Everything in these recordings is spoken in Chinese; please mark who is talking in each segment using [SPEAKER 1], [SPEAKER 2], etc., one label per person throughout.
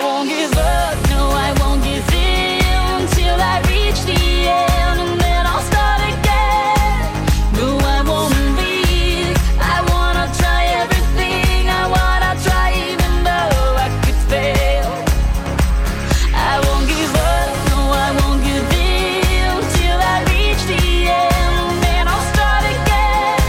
[SPEAKER 1] won't give up, no, I won't give in until I reach the end, and then I'll start again. No, I won't leave. I wanna try everything. I wanna try even though I could fail. I won't give up, no, I won't give in till I reach the end, then I'll start again.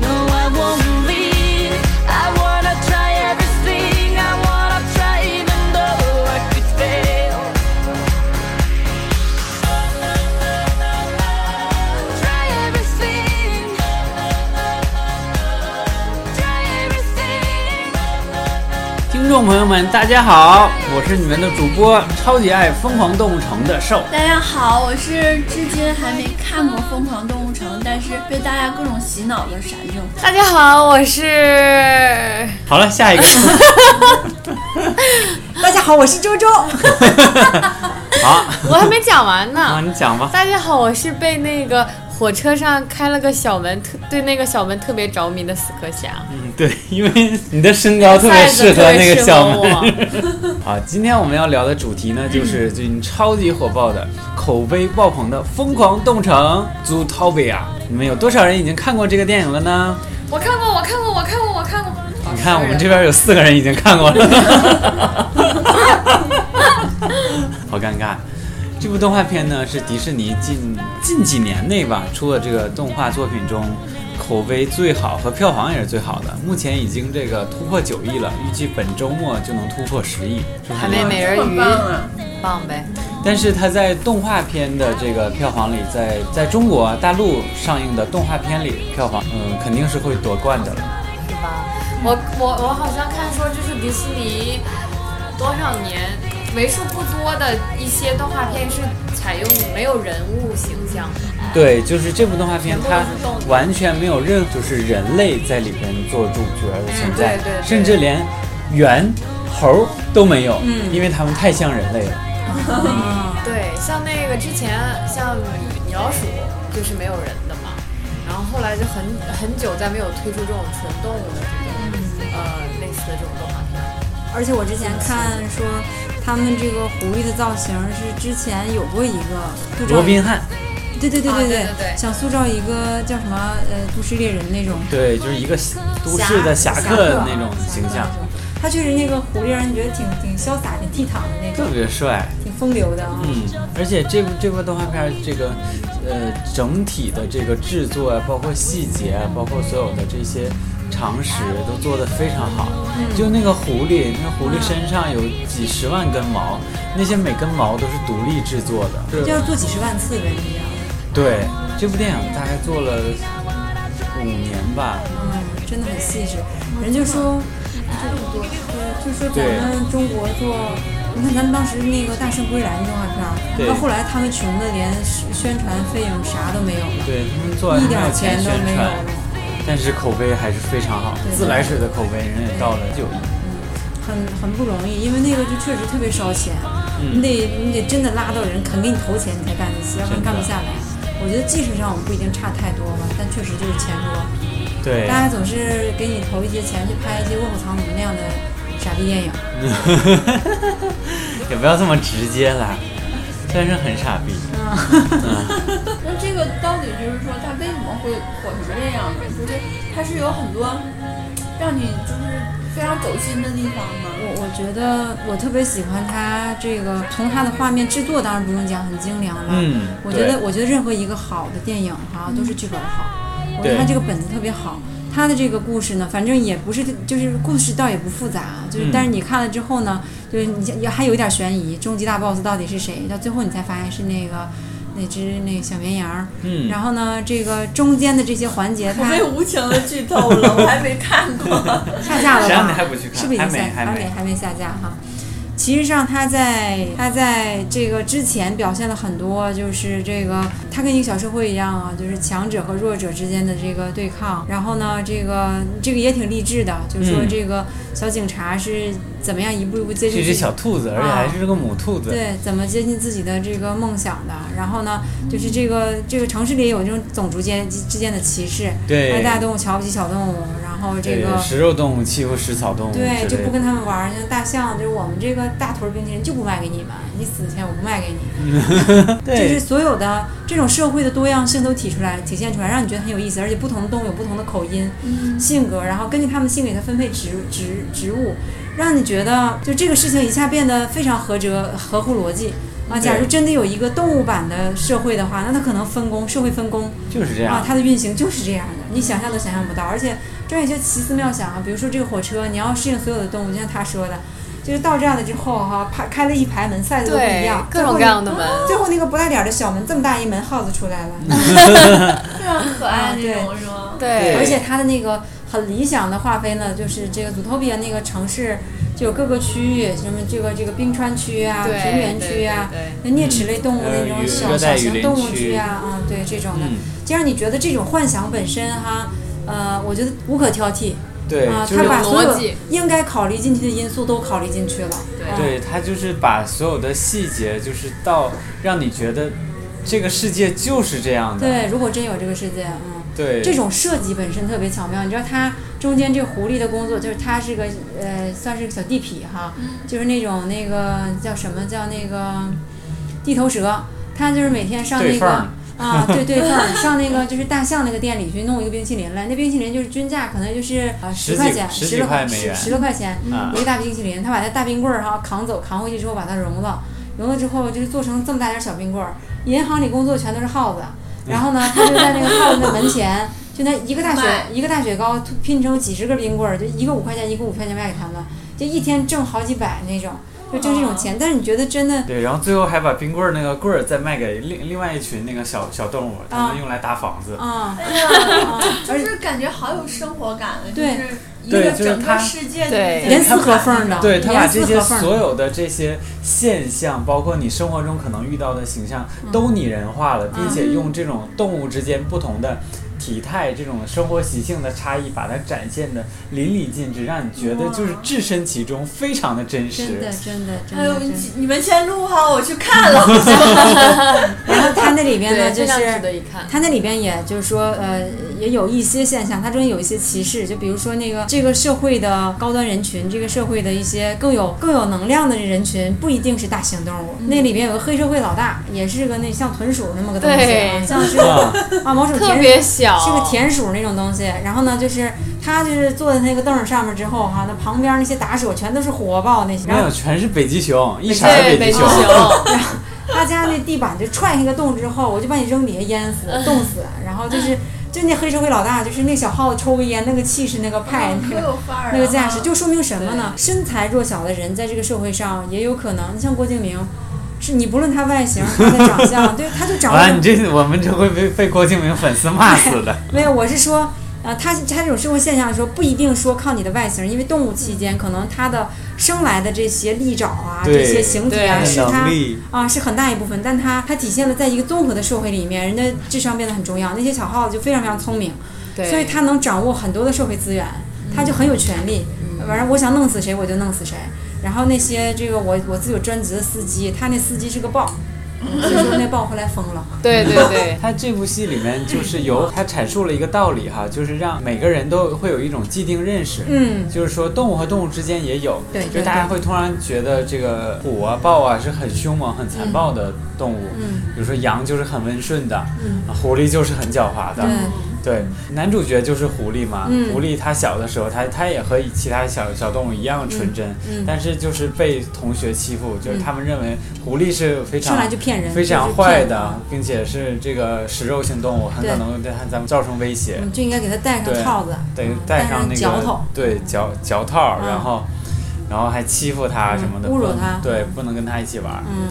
[SPEAKER 1] No, I won't leave. I wanna try everything. I wanna try even though I could fail. Try everything. Try everything.
[SPEAKER 2] 听众朋友们，大家好，我是你们的主播超级爱疯狂动物城的兽。
[SPEAKER 3] 大家好，哦我是至今还没看过《疯狂动物城》，但是被大家各种洗脑的闪正。
[SPEAKER 4] 大家好，我是
[SPEAKER 2] 好了，下一个。
[SPEAKER 5] 大家好，我是周周。
[SPEAKER 2] 好
[SPEAKER 4] 我还没讲完
[SPEAKER 2] 啊，
[SPEAKER 4] 呢。
[SPEAKER 2] 你讲 吧。
[SPEAKER 4] 大家好，我是被那个火车上开了个小门，特对那个小门特别着迷的死磕侠，
[SPEAKER 2] 嗯，对，因为你的身高特别
[SPEAKER 4] size
[SPEAKER 2] 嗯适合
[SPEAKER 4] 特别
[SPEAKER 2] 那个
[SPEAKER 4] 适合
[SPEAKER 2] 小门。
[SPEAKER 4] 我
[SPEAKER 2] 啊，今天我们要聊的主题呢，就是最近超级火爆的、口碑爆棚的《疯狂动城》租 t o b i a 你们有多少人已经看过这个电影了呢？
[SPEAKER 4] 我看过，我看过，我看过，我看过。
[SPEAKER 2] 你看，我们这边有四个人已经看过了， 好尴尬。这部动画片呢，是迪士尼近近几年内吧出的这个动画作品中口碑最好和票房也是最好的，目前已经这个突破九亿了，预计本周末就能突破十亿，是不是
[SPEAKER 4] 还没美人鱼
[SPEAKER 3] 棒啊！
[SPEAKER 4] 棒呗，
[SPEAKER 2] 但是它在动画片的这个票房里，在在中国啊大陆上映的动画片里，票房嗯肯定是会夺冠的了。
[SPEAKER 4] 是吧？我我我好像看说，就是迪士尼多少年为数不多的一些动画片是采用没有人物形象的。
[SPEAKER 2] 对，就是这部动画片
[SPEAKER 4] 全部都
[SPEAKER 2] 它
[SPEAKER 4] 是动物
[SPEAKER 2] 完全没有任就是人类在里边做主角的存在，
[SPEAKER 4] 嗯对对对
[SPEAKER 2] 甚至连猿、猴儿都没有，
[SPEAKER 4] 嗯
[SPEAKER 2] 因为他们太像人类了。
[SPEAKER 4] 对，像那个之前像米老鼠就是没有人的嘛，然后后来就很很久再没有推出这种纯动物的这种、呃类似的这种动画片。
[SPEAKER 5] 而且我之前看说，他们这个狐狸的造型是之前有过一个塑造
[SPEAKER 2] 罗宾汉，
[SPEAKER 5] 对对对
[SPEAKER 4] 啊
[SPEAKER 5] 对
[SPEAKER 4] 对对对
[SPEAKER 5] 想塑造一个叫什么呃都市猎人那种
[SPEAKER 2] 对，就是一个都市的侠客的那种形象，。
[SPEAKER 5] 他确实那个狐狸让人觉得挺挺潇洒、挺倜傥的那
[SPEAKER 2] 特
[SPEAKER 5] 种，
[SPEAKER 2] 别帅。
[SPEAKER 5] 挺风流的啊。
[SPEAKER 2] 嗯，而且这部这部动画片儿这个，呃，整体的这个制作啊，包括细节啊，包括所有的这些常识都做得非常好。
[SPEAKER 5] 嗯
[SPEAKER 2] 就那个狐狸，那狐狸身上有几十万根毛，那些每根毛都是独立制作的。
[SPEAKER 5] 这要做几十万次呗，你知道吗？
[SPEAKER 2] 对，这部电影大概做了五年吧。
[SPEAKER 5] 嗯，真的很细致。人就说，哎就就说咱们中国做，你看咱们当时那个《大圣归来》那动画片
[SPEAKER 2] 对
[SPEAKER 5] 儿，到后来他们穷的连宣宣传费用啥都没有了，
[SPEAKER 2] 对他们做完
[SPEAKER 5] 一
[SPEAKER 2] 没
[SPEAKER 5] 点
[SPEAKER 2] 有
[SPEAKER 5] 儿
[SPEAKER 2] 钱
[SPEAKER 5] 钱都
[SPEAKER 2] 宣
[SPEAKER 5] 没有
[SPEAKER 2] 传，
[SPEAKER 5] 了，
[SPEAKER 2] 但是口碑还是非常好。自来水的口碑，人也到了九亿。
[SPEAKER 5] 很很不容易，因为那个就确实特别烧钱，
[SPEAKER 2] 嗯
[SPEAKER 5] 你得你得真的拉到人肯给你投钱你才干得起，要不
[SPEAKER 2] 真
[SPEAKER 5] 然
[SPEAKER 2] 的
[SPEAKER 5] 干不下来。我觉得技术上我们不一定差太多吧，但确实就是钱多，
[SPEAKER 2] 对，
[SPEAKER 5] 大家总是给你投一些钱去拍一些卧虎藏龙那样的傻逼电影。
[SPEAKER 2] 也不要这么直接啦，虽然是很傻逼。嗯
[SPEAKER 3] 那这个到底就是说它为什么会火成这样呢？就是它是有很多让你就是非常走心的地方吗？
[SPEAKER 5] 我我觉得我特别喜欢它这个，从它的画面制作当然不用讲，很精良了。
[SPEAKER 2] 嗯
[SPEAKER 5] 我觉得
[SPEAKER 2] 对
[SPEAKER 5] 我觉得任何一个好的电影哈、都是剧本好，我觉
[SPEAKER 2] 对
[SPEAKER 5] 得它这个本子特别好。它的这个故事呢，反正也不是，就是故事倒也不复杂，啊就是、
[SPEAKER 2] 嗯
[SPEAKER 5] 但是你看了之后呢，就是你也还有一点悬疑，终极大 boss 到底是谁？到最后你才发现是那个那只那个小绵羊儿。
[SPEAKER 2] 嗯
[SPEAKER 5] 然后呢，这个中间的这些环节，
[SPEAKER 3] 我
[SPEAKER 5] 它
[SPEAKER 3] 被无情的剧透了，我还没看过。
[SPEAKER 5] 下架了
[SPEAKER 2] 谁让
[SPEAKER 5] 吧？
[SPEAKER 2] 你还不去看
[SPEAKER 5] 是不是已经
[SPEAKER 2] 还
[SPEAKER 5] 下
[SPEAKER 2] 没还没
[SPEAKER 5] 没还没下架哈？其实上，他在他在这个之前表现了很多，就是这个他跟一个小社会一样啊，就是强者和弱者之间的这个对抗。然后呢，这个这个也挺励志的，就是说
[SPEAKER 2] 嗯
[SPEAKER 5] 这个小警察是怎么样一步一步接近
[SPEAKER 2] 这
[SPEAKER 5] 自
[SPEAKER 2] 只
[SPEAKER 5] 己
[SPEAKER 2] 小兔子，而且还是个母兔子。
[SPEAKER 5] 对，怎么接近自己的这个梦想的？然后呢，就是这个这个城市里也有这种种族间之间的歧视，
[SPEAKER 2] 对
[SPEAKER 5] 哎大家都瞧不起小动物，然后这
[SPEAKER 2] 对
[SPEAKER 5] 个
[SPEAKER 2] 食肉动物欺负食草动物之类的，
[SPEAKER 5] 对就不跟他们玩儿。像大象，就是我们这个大腿儿冰淇淋就不卖给你们，你死前我不卖给你。就
[SPEAKER 2] 对
[SPEAKER 5] 是所有的这种社会的多样性都体出来、体现出来，让你觉得很有意思。而且不同的动物有不同的口音、
[SPEAKER 2] 嗯
[SPEAKER 5] 性格，然后根据它们性格给它分配植植植物，让你觉得就这个事情一下变得非常合辙、合乎逻辑啊。假如
[SPEAKER 2] 对
[SPEAKER 5] 真的有一个动物版的社会的话，那它可能分工、社会分工
[SPEAKER 2] 就是这样。
[SPEAKER 5] 啊，它的运行就是这样的，你想象都想象不到。而且这也就奇思妙想啊，比如说这个火车，你要适应所有的动物，就像他说的。就是到站了之后哈、啪开了一排门，size 都不一
[SPEAKER 4] 对
[SPEAKER 5] 样，，
[SPEAKER 4] 各种各样的门，
[SPEAKER 5] 最后那个不大点儿的小门，这么大一门，耗子出来了。
[SPEAKER 3] 非常可爱那
[SPEAKER 5] 啊
[SPEAKER 3] 种是吗？
[SPEAKER 2] 对
[SPEAKER 5] 而且它的那个很理想的划分呢，就是这个 Zootopia 那个城市就有各个区域，什么这个这个冰川区啊、
[SPEAKER 4] 对，
[SPEAKER 5] 平原区啊，
[SPEAKER 4] 对对对
[SPEAKER 5] 那啮齿类动物那种
[SPEAKER 2] 嗯
[SPEAKER 5] 小
[SPEAKER 2] 热
[SPEAKER 5] 小
[SPEAKER 2] 带雨
[SPEAKER 5] 型
[SPEAKER 2] 林
[SPEAKER 5] 动物
[SPEAKER 2] 区
[SPEAKER 5] 区啊，啊、对这种的
[SPEAKER 2] 嗯，
[SPEAKER 5] 就让你觉得这种幻想本身哈，呃，我觉得无可挑剔
[SPEAKER 2] 对，
[SPEAKER 5] 啊，
[SPEAKER 2] 就是
[SPEAKER 5] 他把
[SPEAKER 4] 有
[SPEAKER 5] 所有
[SPEAKER 4] 逻辑
[SPEAKER 5] 应该考虑进去的因素都考虑进去了，
[SPEAKER 4] 对
[SPEAKER 5] 啊
[SPEAKER 2] 对他就是把所有的细节，就是到让你觉得这个世界就是这样的。
[SPEAKER 5] 对，如果真有这个世界，嗯。
[SPEAKER 2] 对，
[SPEAKER 5] 这种设计本身特别巧妙，你知道它中间这个狐狸的工作，就是它是个呃，算是个小地痞哈，就是那种那个叫什么叫那个地头蛇，它就是每天上
[SPEAKER 2] 对
[SPEAKER 5] 那
[SPEAKER 2] 缝
[SPEAKER 5] 个
[SPEAKER 2] 儿。
[SPEAKER 5] 啊，对对缝儿，上那个就是大象那个店里去弄一个冰淇淋来，那冰淇淋就是均价可能就是呃
[SPEAKER 2] 十
[SPEAKER 5] 十
[SPEAKER 2] 几
[SPEAKER 5] 块钱，
[SPEAKER 2] 十
[SPEAKER 5] 十
[SPEAKER 2] 几
[SPEAKER 5] 多
[SPEAKER 2] 块
[SPEAKER 5] 块
[SPEAKER 2] 美
[SPEAKER 5] 十
[SPEAKER 2] 元
[SPEAKER 5] 十多块钱
[SPEAKER 2] 啊
[SPEAKER 5] 一个大冰淇淋，他把那大冰棍儿哈扛走，扛回去之后把它融了，融了之后就是做成这么大点儿小冰棍儿。银行里工作全都是耗子，
[SPEAKER 2] 嗯
[SPEAKER 5] 然后呢，他就在那个耗子的门前，就那一个大雪
[SPEAKER 3] 卖
[SPEAKER 5] 一个大雪糕拼成几十个冰棍儿，就一个五块钱，一个五块钱卖给他们，就一天挣好几百那种，就挣这种钱。但是你觉得真的
[SPEAKER 2] 对，然后最后还把冰棍儿那个棍儿再卖给另另外一群那个小小动物，他
[SPEAKER 5] 啊
[SPEAKER 2] 们用来搭房子。
[SPEAKER 5] 啊？
[SPEAKER 3] 哎呀，
[SPEAKER 5] 而
[SPEAKER 3] 就是感觉好有生活感啊，就
[SPEAKER 5] 对
[SPEAKER 3] 是一
[SPEAKER 2] 对
[SPEAKER 3] 个
[SPEAKER 2] 就是
[SPEAKER 3] 整
[SPEAKER 2] 它
[SPEAKER 3] 个世界
[SPEAKER 4] 对
[SPEAKER 5] 严丝合缝的，
[SPEAKER 2] 对他把
[SPEAKER 5] 严
[SPEAKER 2] 这
[SPEAKER 5] 丝
[SPEAKER 2] 些
[SPEAKER 5] 合缝
[SPEAKER 2] 所有的这些现象，包括你生活中可能遇到的形象，
[SPEAKER 5] 嗯
[SPEAKER 2] 都拟人化了，并且用这种动物之间不同的体态、这种生活习性的差异，把它展现的淋漓尽致，让你觉得就是置身其中，非常的真
[SPEAKER 5] 真的
[SPEAKER 2] 实。
[SPEAKER 5] 真的真
[SPEAKER 3] 哎呦
[SPEAKER 5] 的，真的。
[SPEAKER 3] 你们先录哈，我去看了。
[SPEAKER 5] 然后他那里边呢，
[SPEAKER 4] 对，
[SPEAKER 5] 就
[SPEAKER 4] 非常值
[SPEAKER 5] 是
[SPEAKER 4] 得一看。
[SPEAKER 5] 它那里边也就是说，呃，也有一些现象，它中间有一些歧视，就比如说那个这个社会的高端人群，这个社会的一些更有更有能量的人群，不一定是大型动物。
[SPEAKER 4] 嗯
[SPEAKER 5] 那里边有个黑社会老大，也是个那像豚鼠那么个东西啊，
[SPEAKER 4] 对
[SPEAKER 5] 像 是
[SPEAKER 2] 啊，
[SPEAKER 5] 啊某种
[SPEAKER 4] 特
[SPEAKER 5] 田
[SPEAKER 4] 别小，
[SPEAKER 5] 是个田鼠那种东西。然后呢，就是他就是坐在那个凳儿上面之后哈、那旁边那些打手全都是火爆那些，
[SPEAKER 2] 没
[SPEAKER 5] 然后
[SPEAKER 2] 有，全是北极熊，一色儿
[SPEAKER 4] 对，
[SPEAKER 2] 北
[SPEAKER 4] 北
[SPEAKER 2] 极
[SPEAKER 4] 极
[SPEAKER 2] 熊。
[SPEAKER 4] 熊，
[SPEAKER 5] 他家那地板就踹一个洞之后，我就把你扔底下淹 死、冻死，然后就是就那黑社会老大，就是那小耗子抽个烟，那个气势，那个派，那
[SPEAKER 3] 哦可
[SPEAKER 5] 个
[SPEAKER 3] 有范儿啊，
[SPEAKER 5] 那个架势，就说明什么呢？身材弱小的人在这个社会上也有可能，你像郭敬明，是你不论他外形、他的长 相，对，他就 长
[SPEAKER 2] 完了，
[SPEAKER 5] 得
[SPEAKER 2] 你这我们就会被被郭敬明粉丝骂死的。
[SPEAKER 5] 没有，我是说，呃，他他这种社会现象的时候，不一定说靠你的外形，因为动物期间可能它的生来的这些利爪啊，这
[SPEAKER 2] 对
[SPEAKER 5] 些形体啊，
[SPEAKER 4] 对
[SPEAKER 5] 是它
[SPEAKER 2] 能力，
[SPEAKER 5] 啊是很大一部分，但它它体现了在一个综合的社会里面，人的智商变得很重要。那些小耗子就非常非常聪明，
[SPEAKER 4] 对，
[SPEAKER 5] 所以他能掌握很多的社会资源，他就很有权利。反正我想弄死谁，我就弄死谁。然后那些这个我我自己有专职的司机，他那司机是个豹，所以说那豹后来疯了。
[SPEAKER 4] 对对对
[SPEAKER 2] 他这部戏里面就是由他阐述了一个道理哈，就是让每个人都会有一种既定认识，
[SPEAKER 5] 嗯，
[SPEAKER 2] 就是说动物和动物之间也有，
[SPEAKER 5] 对
[SPEAKER 2] 就
[SPEAKER 5] 对
[SPEAKER 2] 是大家会突然觉得这个虎啊、豹啊是很凶猛、很残暴的动物，
[SPEAKER 5] 嗯
[SPEAKER 2] 比如说羊就是很温顺的，
[SPEAKER 5] 嗯
[SPEAKER 2] 啊狐狸就是很狡猾的，
[SPEAKER 5] 对，
[SPEAKER 2] 对，男主角就是狐狸嘛。
[SPEAKER 5] 嗯
[SPEAKER 2] 狐狸它小的时候，它它也和其他小小动物一样纯真，
[SPEAKER 5] 嗯嗯嗯
[SPEAKER 2] 但是就是被同学欺负，就是他们认为狐狸是非常
[SPEAKER 5] 上来就骗人，
[SPEAKER 2] 非常
[SPEAKER 5] 就是骗
[SPEAKER 2] 坏
[SPEAKER 5] 人
[SPEAKER 2] 的，并且是这个食肉性动物，很可
[SPEAKER 5] 对
[SPEAKER 2] 能对它咱们造成威胁
[SPEAKER 5] 我。们就应该给它戴上
[SPEAKER 2] 对
[SPEAKER 5] 套子，
[SPEAKER 2] 得
[SPEAKER 5] 嗯
[SPEAKER 2] 戴上那个
[SPEAKER 5] 脚头，
[SPEAKER 2] 对脚脚套，
[SPEAKER 5] 嗯
[SPEAKER 2] 然后然后还欺负它什么的，
[SPEAKER 5] 嗯侮辱
[SPEAKER 2] 不能
[SPEAKER 5] 它
[SPEAKER 2] 对，不能跟它一起玩。
[SPEAKER 5] 嗯，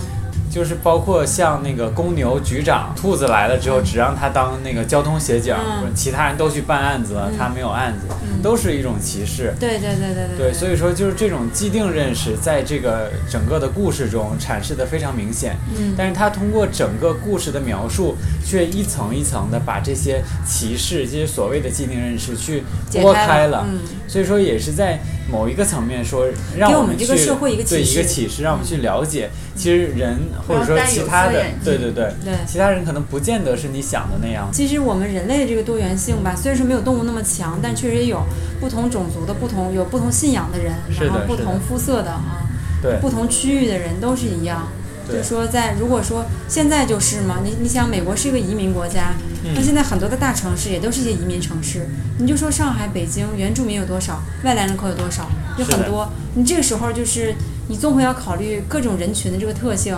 [SPEAKER 2] 就是包括像那个公牛局长，兔子来了之后，只让他当那个交通协警，
[SPEAKER 5] 嗯
[SPEAKER 2] 不是其他人都去办案子了，他没有案子，都是一种歧视。
[SPEAKER 5] 对对对对
[SPEAKER 2] 对，
[SPEAKER 5] 对，
[SPEAKER 2] 所以说就是这种既定认识，在这个整个的故事中阐释的非常明显。
[SPEAKER 5] 嗯
[SPEAKER 2] 但是他通过整个故事的描述，却一层一层的把这些歧视、这些所谓的既定认识去
[SPEAKER 5] 解
[SPEAKER 2] 拨
[SPEAKER 5] 开
[SPEAKER 2] 开
[SPEAKER 5] 了嗯
[SPEAKER 2] 所以说也是在某一个层面说，让
[SPEAKER 5] 给
[SPEAKER 2] 我
[SPEAKER 5] 我
[SPEAKER 2] 们
[SPEAKER 5] 们这个
[SPEAKER 2] 去
[SPEAKER 5] 社会一个
[SPEAKER 2] 对
[SPEAKER 5] 启
[SPEAKER 2] 一个
[SPEAKER 5] 示
[SPEAKER 2] 启示，让我们去了解，其实人或者
[SPEAKER 3] 不
[SPEAKER 2] 说
[SPEAKER 3] 要戴
[SPEAKER 2] 其
[SPEAKER 3] 有
[SPEAKER 2] 他
[SPEAKER 3] 色
[SPEAKER 2] 的
[SPEAKER 3] 眼，镜
[SPEAKER 2] 对对对，
[SPEAKER 5] 对
[SPEAKER 2] 其他人可能不见得是你想的那样。
[SPEAKER 5] 其实我们人类这个多元性吧，虽然说没有动物那么强，但确实也有不同种族的、不同有不同信仰的人，
[SPEAKER 2] 是的
[SPEAKER 5] 然后不
[SPEAKER 2] 是的
[SPEAKER 5] 同肤色的啊，
[SPEAKER 2] 对
[SPEAKER 5] 不同区域的人都是一样。
[SPEAKER 2] 对
[SPEAKER 5] 就说在如果说现在就是嘛，你你想美国是一个移民国家，
[SPEAKER 2] 嗯
[SPEAKER 5] 那、现在很多的大城市也都是一些移民城市，你就说上海、北京原住民有多少，外来人口有多少，有
[SPEAKER 2] 是的
[SPEAKER 5] 很多。你这个时候就是你综合要考虑各种人群的这个特性，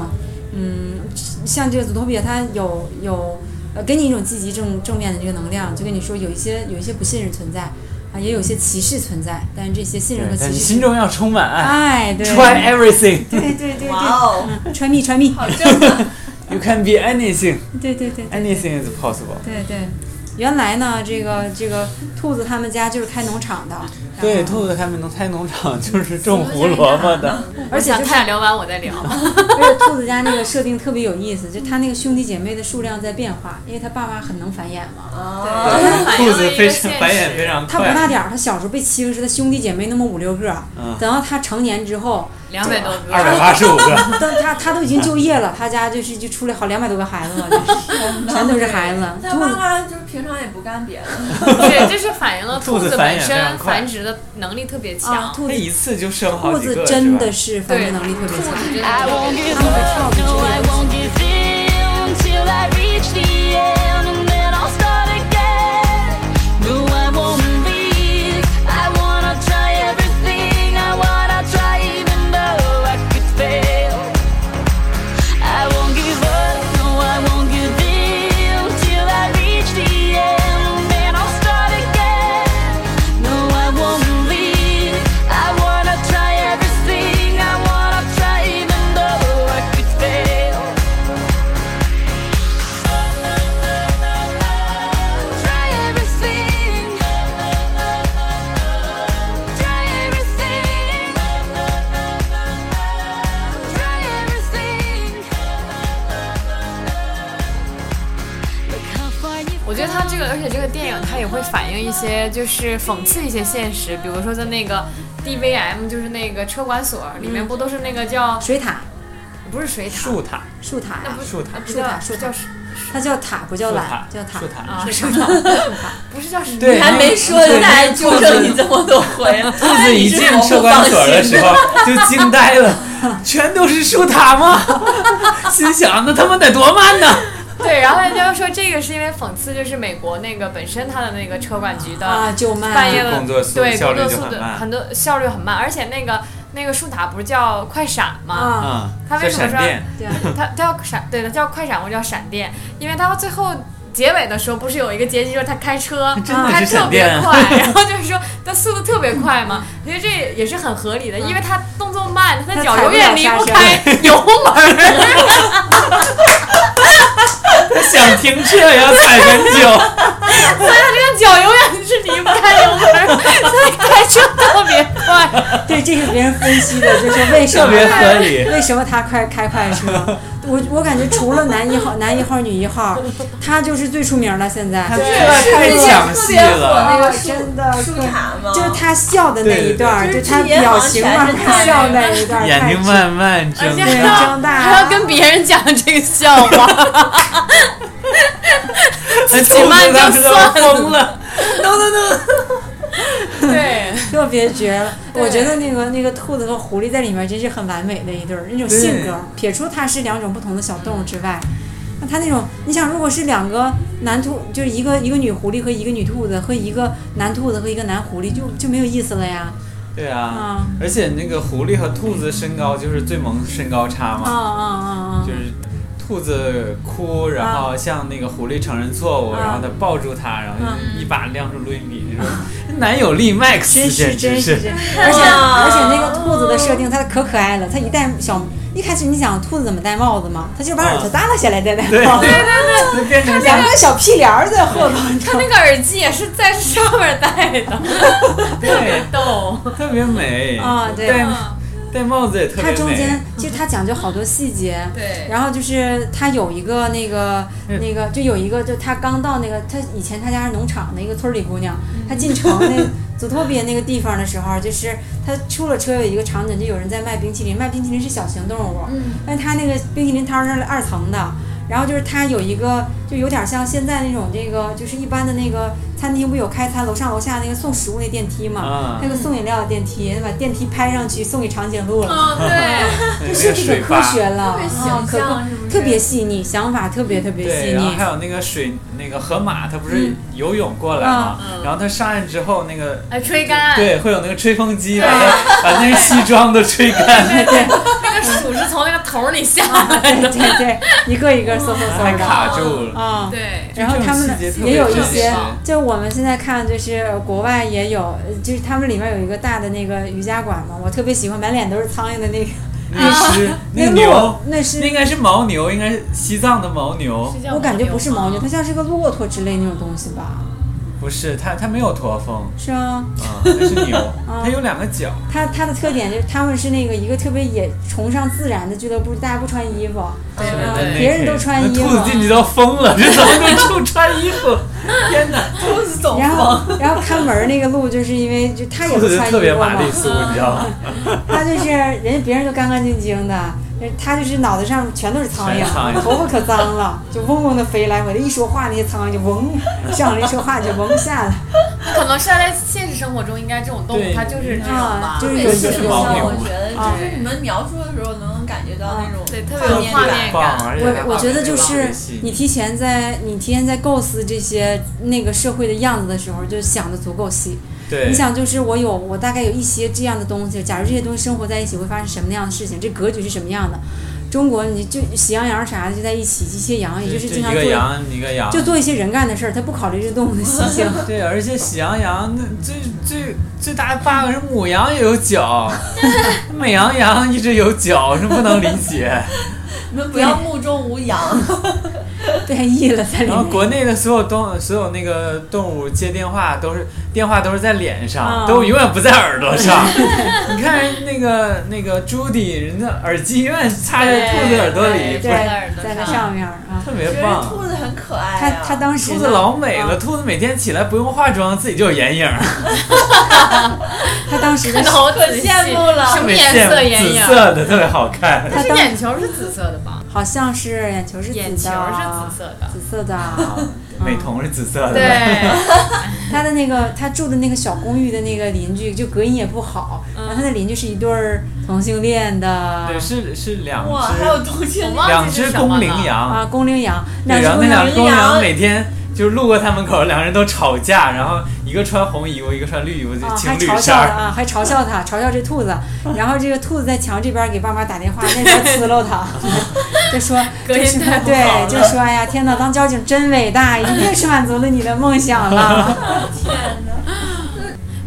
[SPEAKER 5] 嗯，像这个祖托比亚，它有有呃给你一种积极正正面的这个能量，就跟你说有一些有一些不信任存在啊，也有一些歧视存在，但是这些信任和
[SPEAKER 2] 对，但
[SPEAKER 5] 歧
[SPEAKER 2] 你
[SPEAKER 5] 视
[SPEAKER 2] 心，中要充满爱
[SPEAKER 5] 哎，对，
[SPEAKER 2] ，Try
[SPEAKER 5] 对
[SPEAKER 2] everything,
[SPEAKER 5] 对对对，
[SPEAKER 3] 哇哦，
[SPEAKER 5] 传密传密，
[SPEAKER 3] 好正啊！
[SPEAKER 2] you can be anything,
[SPEAKER 5] 对对对对
[SPEAKER 2] anything is possible。
[SPEAKER 5] 对对。原来呢，这个这个兔子他们家就是开农场的，
[SPEAKER 2] 对，
[SPEAKER 5] 然后
[SPEAKER 2] 兔子他们能开农场就是种胡萝卜 的，
[SPEAKER 5] 而且
[SPEAKER 4] 我想
[SPEAKER 5] 就是
[SPEAKER 4] 他俩聊完我再 聊。
[SPEAKER 5] 而且兔子家那个设定特别有意思，就它那个兄弟姐妹的数量在变化，因为它爸妈很能繁衍嘛，
[SPEAKER 3] 哦
[SPEAKER 2] 兔子非常繁衍非常
[SPEAKER 5] 啊他不
[SPEAKER 2] 快
[SPEAKER 5] 大，点儿，他小时候被欺负时，他兄弟姐妹那么五六个，
[SPEAKER 2] 嗯
[SPEAKER 5] 等到他成年之后，
[SPEAKER 4] 两百多个，
[SPEAKER 2] 二百八 十五个，
[SPEAKER 5] 但他他都已经就业了，他家就是就出来好两百多个孩子了，就是全都是孩子。
[SPEAKER 3] 他
[SPEAKER 5] 兔
[SPEAKER 3] 妈
[SPEAKER 5] 子
[SPEAKER 3] 妈就是平常也不干别的，
[SPEAKER 4] 对，这是反映了兔
[SPEAKER 2] 兔子
[SPEAKER 4] 子
[SPEAKER 2] 繁衍
[SPEAKER 4] 本
[SPEAKER 2] 非常
[SPEAKER 4] 身
[SPEAKER 2] 快
[SPEAKER 4] 繁殖的能力特别
[SPEAKER 5] 啊，
[SPEAKER 4] 强。
[SPEAKER 5] 兔
[SPEAKER 2] 它
[SPEAKER 5] 子
[SPEAKER 2] 一次就生好
[SPEAKER 5] 兔
[SPEAKER 2] 几个，
[SPEAKER 5] 子
[SPEAKER 2] 是
[SPEAKER 5] 真
[SPEAKER 2] 吧
[SPEAKER 5] 的是繁
[SPEAKER 4] 对，
[SPEAKER 5] 殖能力特别
[SPEAKER 4] 兔
[SPEAKER 5] 强
[SPEAKER 4] 子。真的
[SPEAKER 1] I
[SPEAKER 4] 特
[SPEAKER 1] won't
[SPEAKER 4] 别
[SPEAKER 1] give
[SPEAKER 4] 强
[SPEAKER 5] 他们的跳
[SPEAKER 1] up,
[SPEAKER 5] 舞
[SPEAKER 1] no,
[SPEAKER 5] 是
[SPEAKER 1] I won't give in till I reach the end, and then I'll start again. No, I won't leave. I wanna try everything. I wanna try even though I could fail. I won't give up, no, I won't give in till I reach the end, and then I'll start again. No, I won't leave. I wanna try everything. I wanna try even though I could fail. Try everything. Try everything. Try everything. Look how far you
[SPEAKER 4] 我觉得他这个，而且这个电影它也会反映一些，就是讽刺一些现实，比如说在那个 DVM，就是那个车管所里面，不都是那个叫、
[SPEAKER 5] 水獭，
[SPEAKER 4] 不是水塔，
[SPEAKER 2] 树塔、
[SPEAKER 5] 嗯树獭
[SPEAKER 4] 那
[SPEAKER 5] 呀
[SPEAKER 4] 不，是
[SPEAKER 2] 树塔
[SPEAKER 4] 啊不
[SPEAKER 5] 树塔
[SPEAKER 4] 叫
[SPEAKER 5] 树塔
[SPEAKER 4] 叫水
[SPEAKER 5] 它叫塔不叫
[SPEAKER 2] 树
[SPEAKER 5] 懒
[SPEAKER 2] 塔，
[SPEAKER 5] 叫塔
[SPEAKER 2] 树。塔，
[SPEAKER 4] 啊，
[SPEAKER 5] 树塔，树塔
[SPEAKER 4] 不是叫水
[SPEAKER 2] 对，
[SPEAKER 3] 还
[SPEAKER 2] 因为
[SPEAKER 3] 没说
[SPEAKER 2] 对
[SPEAKER 3] 呢，还纠正你这么多回，
[SPEAKER 2] 兔子一进 车管所的时候就惊呆了，全都是树塔吗？ 心想那他妈得多慢呢？
[SPEAKER 4] 对，然后人家说这个是因为讽刺，就是美国那个本身它的那个车管局的
[SPEAKER 5] 啊，救慢
[SPEAKER 4] 半夜
[SPEAKER 5] 啊！
[SPEAKER 4] 的
[SPEAKER 2] 工作速
[SPEAKER 4] 对
[SPEAKER 2] 效
[SPEAKER 4] 工
[SPEAKER 2] 率
[SPEAKER 4] 作
[SPEAKER 2] 就
[SPEAKER 4] 速
[SPEAKER 2] 很
[SPEAKER 4] 度
[SPEAKER 2] 慢
[SPEAKER 4] 很多效率很慢，而且那个那个树塔不是叫快闪吗？
[SPEAKER 5] 啊，
[SPEAKER 2] 啊，
[SPEAKER 4] 他为
[SPEAKER 2] 这
[SPEAKER 4] 什么
[SPEAKER 2] 闪电？
[SPEAKER 5] 对，
[SPEAKER 4] 它它要闪，对，它叫快闪或叫闪电，因为它最后结尾的时候不是有一个结局，就是他开车，
[SPEAKER 2] 哎真的
[SPEAKER 4] 他
[SPEAKER 2] 是闪
[SPEAKER 4] 特别
[SPEAKER 2] 电
[SPEAKER 4] 快，然后就是说他速度特别快嘛，其实这也是很合理的，因为他动作慢，他
[SPEAKER 5] 它
[SPEAKER 4] 的脚
[SPEAKER 5] 踩
[SPEAKER 4] 永
[SPEAKER 5] 不
[SPEAKER 4] 远
[SPEAKER 5] 了
[SPEAKER 4] 离
[SPEAKER 5] 刹
[SPEAKER 4] 不
[SPEAKER 5] 车
[SPEAKER 4] 开油门儿。
[SPEAKER 2] 他想停车也要踩很久。
[SPEAKER 4] 所以他这个脚永远是离不开油门儿，所以开车特 别快。
[SPEAKER 5] 对，这是别人分析的，就是为什么
[SPEAKER 2] 特别合理
[SPEAKER 5] 为什么他快开快车？我我感觉除了男一号、男一号、女一号，他就是最出名了。现在
[SPEAKER 2] 他太抢戏了，
[SPEAKER 5] 那个
[SPEAKER 3] 树
[SPEAKER 5] 真的
[SPEAKER 3] 树
[SPEAKER 5] 对
[SPEAKER 3] 塔吗？
[SPEAKER 5] 就是他笑的那一段儿，
[SPEAKER 3] 对对对
[SPEAKER 5] 就他表情啊，他笑那一段儿，
[SPEAKER 2] 眼睛
[SPEAKER 5] 太
[SPEAKER 2] 慢慢睁
[SPEAKER 5] 对
[SPEAKER 2] 开。
[SPEAKER 5] 张大
[SPEAKER 4] 还要跟别人讲这个笑话，
[SPEAKER 2] 自
[SPEAKER 4] 己慢就算了嗯
[SPEAKER 2] 疯了。
[SPEAKER 4] 对。
[SPEAKER 5] 特别绝了。
[SPEAKER 4] 对
[SPEAKER 5] 我觉得那个那个兔子和狐狸在里面真是很完美的一对儿，那种性格
[SPEAKER 2] 对，
[SPEAKER 5] 撇除它是两种不同的小动物之外。那它那种，你想，如果是两个男兔，就是一个一个女狐狸和一个女兔子，和一个男兔子和一个男狐狸，就就没有意思了呀。
[SPEAKER 2] 对啊
[SPEAKER 5] 啊，
[SPEAKER 4] 嗯
[SPEAKER 2] 而且那个狐狸和兔子身高就是最萌身高差
[SPEAKER 5] 啊
[SPEAKER 2] 嘛，
[SPEAKER 5] 啊啊啊！
[SPEAKER 2] 就是兔子哭，然
[SPEAKER 5] 嗯
[SPEAKER 2] 后向那个狐狸承认错误，
[SPEAKER 5] 啊
[SPEAKER 2] 然后他抱住它，然后一把亮出卢米，说男友力 max，
[SPEAKER 5] 嗯真是
[SPEAKER 2] 简直
[SPEAKER 5] 真是
[SPEAKER 2] 是
[SPEAKER 5] 真是，而且而且那个兔子的设定，它可可爱了。它一戴小，一开始你想兔子怎么戴帽子嘛，它就把耳朵耷拉下来再戴帽子，
[SPEAKER 2] 就变成
[SPEAKER 5] 两个小屁帘儿在后头。
[SPEAKER 4] 他那个耳机也是在上面戴的，特
[SPEAKER 2] 对
[SPEAKER 4] 别逗。
[SPEAKER 2] 特别美
[SPEAKER 5] 啊对
[SPEAKER 2] 戴戴帽子也特别
[SPEAKER 5] 它
[SPEAKER 2] 美。
[SPEAKER 5] 中 间其实它讲究好多细节，
[SPEAKER 3] 对
[SPEAKER 5] 然后就是它有一个那个
[SPEAKER 2] 嗯
[SPEAKER 5] 那个，就有一个，就她刚到那个，她以前她家是农场的一个村里姑娘，
[SPEAKER 3] 嗯
[SPEAKER 5] 她进城那佐托别那个地方的时候，就是她出了车有一个场景，就有人在卖冰淇淋，卖冰淇淋是小型动物，
[SPEAKER 3] 嗯，
[SPEAKER 5] 但她那个冰淇淋摊儿上是二层的，然后就是它有一个，就有点像现在那种这个，就是一般的那个餐厅不有开餐楼上楼下那个送食物那电梯嘛
[SPEAKER 2] 啊，
[SPEAKER 5] 那个送饮料的电梯，把电梯拍上去送给长颈鹿了。
[SPEAKER 4] 哦
[SPEAKER 3] 啊 对，
[SPEAKER 5] 这设计可科学了，
[SPEAKER 3] 特
[SPEAKER 5] 啊
[SPEAKER 3] 别形
[SPEAKER 5] 可
[SPEAKER 3] 象是不是
[SPEAKER 5] 特别细腻，想法特别特别
[SPEAKER 2] 对，
[SPEAKER 5] 细
[SPEAKER 2] 然后
[SPEAKER 5] 腻
[SPEAKER 2] 还。有那个水那个河马，它不
[SPEAKER 5] 嗯
[SPEAKER 2] 是游泳过来嘛，然后它上岸之后那个。
[SPEAKER 4] 哎，吹干，
[SPEAKER 2] 对，会有那个吹风机把它把那个西装都吹 干，
[SPEAKER 5] 对对
[SPEAKER 4] 那个鼠是从那个头儿里下
[SPEAKER 5] 啊
[SPEAKER 4] 来
[SPEAKER 5] 对
[SPEAKER 4] 的，
[SPEAKER 5] 对对，一个一个嗖嗖
[SPEAKER 2] 哦还
[SPEAKER 5] 嗖的
[SPEAKER 2] 卡住了。
[SPEAKER 5] 啊。
[SPEAKER 4] 对，
[SPEAKER 5] 然后他们的
[SPEAKER 2] 这种细节特别
[SPEAKER 5] 也有一
[SPEAKER 2] 真
[SPEAKER 5] 些
[SPEAKER 2] 实，
[SPEAKER 5] 就我们现在看，就是国外也有，呃就是他们里面有一个大的那个瑜伽馆嘛，我特别喜欢，满脸都是苍蝇的那个
[SPEAKER 2] 那是那
[SPEAKER 5] 啊那
[SPEAKER 2] 个
[SPEAKER 5] 个
[SPEAKER 2] 牛
[SPEAKER 5] 骆，，那
[SPEAKER 2] 那应
[SPEAKER 5] 是
[SPEAKER 2] 该是牦牛，应该是西藏的牦牛，
[SPEAKER 5] 我感觉不是牦牛，它像是个骆驼之类那种东西吧？
[SPEAKER 2] 不是它它没有驼峰
[SPEAKER 5] 是啊，
[SPEAKER 2] 啊，它是 牛，
[SPEAKER 5] 嗯
[SPEAKER 2] 它有两个角，
[SPEAKER 5] 它它的特点就是他们是那个一个特别也崇尚自然的俱乐部，大家不穿衣服，
[SPEAKER 4] 对
[SPEAKER 2] 是吧
[SPEAKER 4] 对对
[SPEAKER 5] 别人都穿
[SPEAKER 2] 那
[SPEAKER 5] 衣服啊
[SPEAKER 2] 兔子进去都疯了，这怎么 能不穿衣服？天哪，
[SPEAKER 3] 都是走
[SPEAKER 5] 然后，然后看门儿那个路，就是因为就他也
[SPEAKER 2] 兔
[SPEAKER 5] 不
[SPEAKER 2] 子
[SPEAKER 5] 穿衣
[SPEAKER 2] 特别
[SPEAKER 5] 服
[SPEAKER 2] 玛
[SPEAKER 5] 嘛，嗯
[SPEAKER 2] 丽苏，你知道吗？
[SPEAKER 5] 他就是人家别人都干干净净的，他就是脑袋上全都是苍
[SPEAKER 2] 全
[SPEAKER 5] 蝇
[SPEAKER 2] 是苍，蝇
[SPEAKER 5] 头发可脏了，就嗡嗡的飞来回的。一说话那些苍蝇就嗡上来，一说话就嗡下来。
[SPEAKER 4] 可能是在现实生活中，应该这种动物
[SPEAKER 2] 对
[SPEAKER 4] 它就是这种
[SPEAKER 5] 啊
[SPEAKER 4] 吧，，
[SPEAKER 5] 就是
[SPEAKER 3] 对
[SPEAKER 5] 有
[SPEAKER 2] 就是
[SPEAKER 5] 有
[SPEAKER 2] 牦
[SPEAKER 3] 像
[SPEAKER 2] 牛
[SPEAKER 5] 效
[SPEAKER 3] 我
[SPEAKER 5] 果。
[SPEAKER 3] 觉得就是你们描述的时候能感觉到那种
[SPEAKER 4] 对，特别
[SPEAKER 3] 画
[SPEAKER 4] 有画
[SPEAKER 3] 面感。
[SPEAKER 4] 面感
[SPEAKER 2] 棒，。而且
[SPEAKER 5] 我我觉得就
[SPEAKER 2] 特
[SPEAKER 5] 是
[SPEAKER 2] 别细
[SPEAKER 5] 你提前在你提前在构思这些那个社会的样子的时候，就想的足够细。
[SPEAKER 2] 对，
[SPEAKER 5] 你想，就是我有我大概有一些这样的东西，假如这些东西生活在一起会发生什么样的事情，这格局是什么样的？中国你就喜羊羊啥的就在一起，一些羊也就是
[SPEAKER 2] 这
[SPEAKER 5] 经常
[SPEAKER 2] 一
[SPEAKER 5] 做
[SPEAKER 2] 个，羊一个羊，
[SPEAKER 5] 就做一些人干的事儿，他不考虑这动物的习 性。
[SPEAKER 2] 对，而且喜羊羊那最最最大的 bug 是母羊也有角， 美羊羊一直有角是不能理解。
[SPEAKER 3] 你们不要目中无羊，
[SPEAKER 5] 变异了在里
[SPEAKER 2] 然后
[SPEAKER 5] 面。
[SPEAKER 2] 国内的所有动所有那个动物接电话都是电话都是在脸上，
[SPEAKER 4] 嗯
[SPEAKER 5] 啊
[SPEAKER 2] 都永远不在耳朵 上。你看人那个那个朱迪，人家耳机永远插在兔子耳朵里，
[SPEAKER 4] 对
[SPEAKER 2] 不是
[SPEAKER 5] 对
[SPEAKER 4] 在耳，朵
[SPEAKER 5] 在那
[SPEAKER 4] 上
[SPEAKER 5] 上面儿啊，
[SPEAKER 2] 特
[SPEAKER 3] 觉
[SPEAKER 2] 别
[SPEAKER 3] 得
[SPEAKER 2] 棒。
[SPEAKER 3] 兔子很可爱、
[SPEAKER 5] 他
[SPEAKER 3] 啊。
[SPEAKER 5] 他当时
[SPEAKER 2] 兔子
[SPEAKER 5] 呢
[SPEAKER 2] 老美了，
[SPEAKER 4] 嗯
[SPEAKER 5] 啊
[SPEAKER 2] 兔子每天起来不用化妆，自己就有眼影儿，
[SPEAKER 5] 他当时的
[SPEAKER 4] 看得好仔细
[SPEAKER 3] 羡慕了
[SPEAKER 4] 什
[SPEAKER 2] 特
[SPEAKER 4] 么
[SPEAKER 2] 别
[SPEAKER 4] 颜
[SPEAKER 2] 羡
[SPEAKER 4] 色
[SPEAKER 2] 慕，
[SPEAKER 4] 眼
[SPEAKER 2] 紫
[SPEAKER 4] 影？
[SPEAKER 2] 色的特别好看。
[SPEAKER 5] 他
[SPEAKER 4] 是
[SPEAKER 5] 当
[SPEAKER 4] 眼球是紫色的吧？
[SPEAKER 5] 好像是眼球是紫的，
[SPEAKER 4] 眼球是紫色的。
[SPEAKER 5] 紫色的啊。
[SPEAKER 2] 美瞳是紫色的，
[SPEAKER 4] 对，
[SPEAKER 5] 他的那个他住的那个小公寓的那个邻居，就隔音也不好。然后他的邻居是一对儿同性恋的
[SPEAKER 2] 对，是是两
[SPEAKER 3] 哇，还有
[SPEAKER 2] 只
[SPEAKER 3] 同性
[SPEAKER 4] 我
[SPEAKER 3] 恋，
[SPEAKER 4] 忘
[SPEAKER 2] 两
[SPEAKER 4] 记是
[SPEAKER 2] 只
[SPEAKER 4] 什么
[SPEAKER 2] 公
[SPEAKER 4] 了
[SPEAKER 2] 羚。羊，
[SPEAKER 5] 啊，公羚羊，
[SPEAKER 2] 对，
[SPEAKER 5] 只
[SPEAKER 2] 然后
[SPEAKER 5] 公
[SPEAKER 2] 那
[SPEAKER 5] 羚
[SPEAKER 2] 两只公羚
[SPEAKER 3] 羊
[SPEAKER 2] 羊每天就是路过他门口，两个人都吵架，然后一个穿红衣服，一个穿绿衣服，就
[SPEAKER 4] 哦
[SPEAKER 5] 啊，
[SPEAKER 2] 情
[SPEAKER 5] 还
[SPEAKER 2] 侣
[SPEAKER 5] 嘲笑
[SPEAKER 2] 衫
[SPEAKER 5] 他
[SPEAKER 2] 儿。
[SPEAKER 5] 啊，还嘲笑他，嘲笑这兔子。然后这个兔子在墙这边给爸妈打电话，那边呲溜他，就说
[SPEAKER 4] 隔
[SPEAKER 5] 就
[SPEAKER 4] 音
[SPEAKER 5] 是
[SPEAKER 4] 太不好
[SPEAKER 5] 对，
[SPEAKER 4] 了
[SPEAKER 5] 就说哎呀，天哪，当交警真伟大，一定是满足了你的梦想了。
[SPEAKER 3] 天哪，